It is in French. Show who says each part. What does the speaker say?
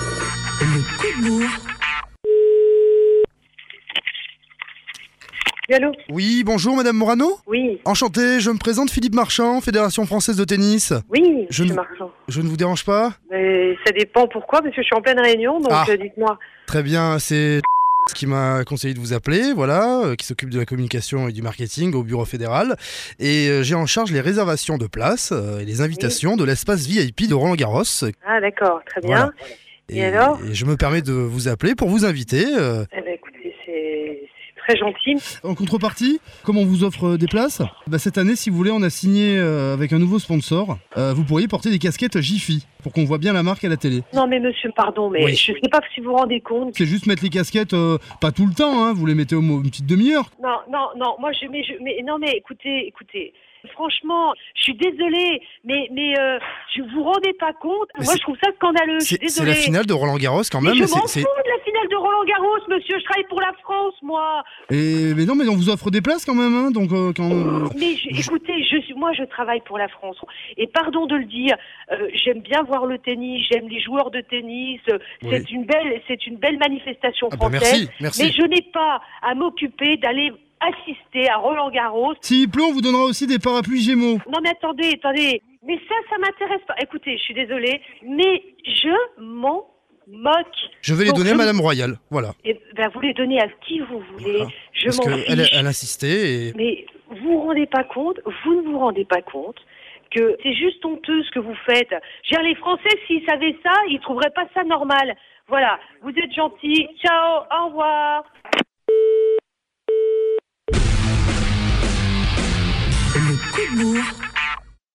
Speaker 1: le coup de bourre.
Speaker 2: Allô
Speaker 1: Oui, bonjour Madame Morano.
Speaker 2: Oui,
Speaker 1: Enchanté, je me présente Philippe Marchand, Fédération Française de Tennis.
Speaker 2: oui,
Speaker 1: Je
Speaker 2: monsieur
Speaker 1: ne-
Speaker 2: Marchand.
Speaker 1: Je ne vous dérange pas
Speaker 2: Mais ça dépend pourquoi, parce que je suis en pleine réunion, donc
Speaker 1: Ah.
Speaker 2: euh, dites-moi.
Speaker 1: Très bien, c'est ce qui m'a conseillé de vous appeler, voilà, euh, qui s'occupe de la communication et du marketing au bureau fédéral. Et euh, j'ai en charge les réservations de places euh, et les invitations de l'espace VIP de Roland Garros.
Speaker 2: Ah d'accord, très bien.
Speaker 1: Voilà.
Speaker 2: Et alors
Speaker 1: je me permets de vous appeler pour vous inviter. euh.
Speaker 2: Eh ben, écoutez, c'est c'est très gentil.
Speaker 1: En contrepartie, comme on vous offre euh, des places, bah, cette année, si vous voulez, on a signé euh, avec un nouveau sponsor. Euh, vous pourriez porter des casquettes Jiffy pour qu'on voit bien la marque à la télé.
Speaker 2: Non mais monsieur, pardon, mais
Speaker 1: Oui.
Speaker 2: je ne sais pas si vous vous rendez compte.
Speaker 1: C'est juste mettre les casquettes, euh, pas tout le temps, hein, vous les mettez au mo- une petite demi-heure.
Speaker 2: Non, non, non, moi je mais je mais non mais écoutez, écoutez. Franchement, je suis désolée, mais mais euh, je vous rendez pas compte.
Speaker 1: Mais
Speaker 2: moi
Speaker 1: c'est-
Speaker 2: je trouve ça scandaleux. Je suis désolée.
Speaker 1: de Roland Garros quand
Speaker 2: Mais je m'en fous de la finale de Roland Garros, monsieur. Je travaille pour la France, moi.
Speaker 1: Et mais non, mais on vous offre des places quand même, hein, donc euh, quand.
Speaker 2: Mais je- écoutez, je, suis- moi je travaille pour la France. Et pardon de le dire, euh, j'aime bien voir le tennis, j'aime les joueurs de tennis. euh,
Speaker 1: Oui.
Speaker 2: C'est une belle, c'est une belle manifestation
Speaker 1: Ah bah
Speaker 2: française.
Speaker 1: merci.
Speaker 2: mais je n'ai pas à m'occuper d'aller assister à Roland Garros.
Speaker 1: S'il pleut, on vous donnera aussi des parapluies Gémeaux.
Speaker 2: Non mais attendez, attendez. Mais ça, ça m'intéresse pas. Écoutez, je suis désolée, mais je m'en moque.
Speaker 3: Je vais les
Speaker 2: Donc,
Speaker 3: donner
Speaker 2: je-
Speaker 3: à Madame Royal. Voilà.
Speaker 2: Et ben, vous les donnez à qui vous voulez.
Speaker 3: Voilà.
Speaker 2: Je
Speaker 3: Parce
Speaker 2: m'en
Speaker 3: qu'elle
Speaker 2: fiche.
Speaker 3: elle elle insistait et.
Speaker 2: Mais vous vous rendez pas compte, vous ne vous rendez pas compte que c'est juste honteux ce que vous faites. Je veux dire, les Français, s'ils savaient ça, ils trouveraient pas ça normal. Voilà, vous êtes gentils. Ciao, au revoir.
Speaker 1: Le coup de bourre.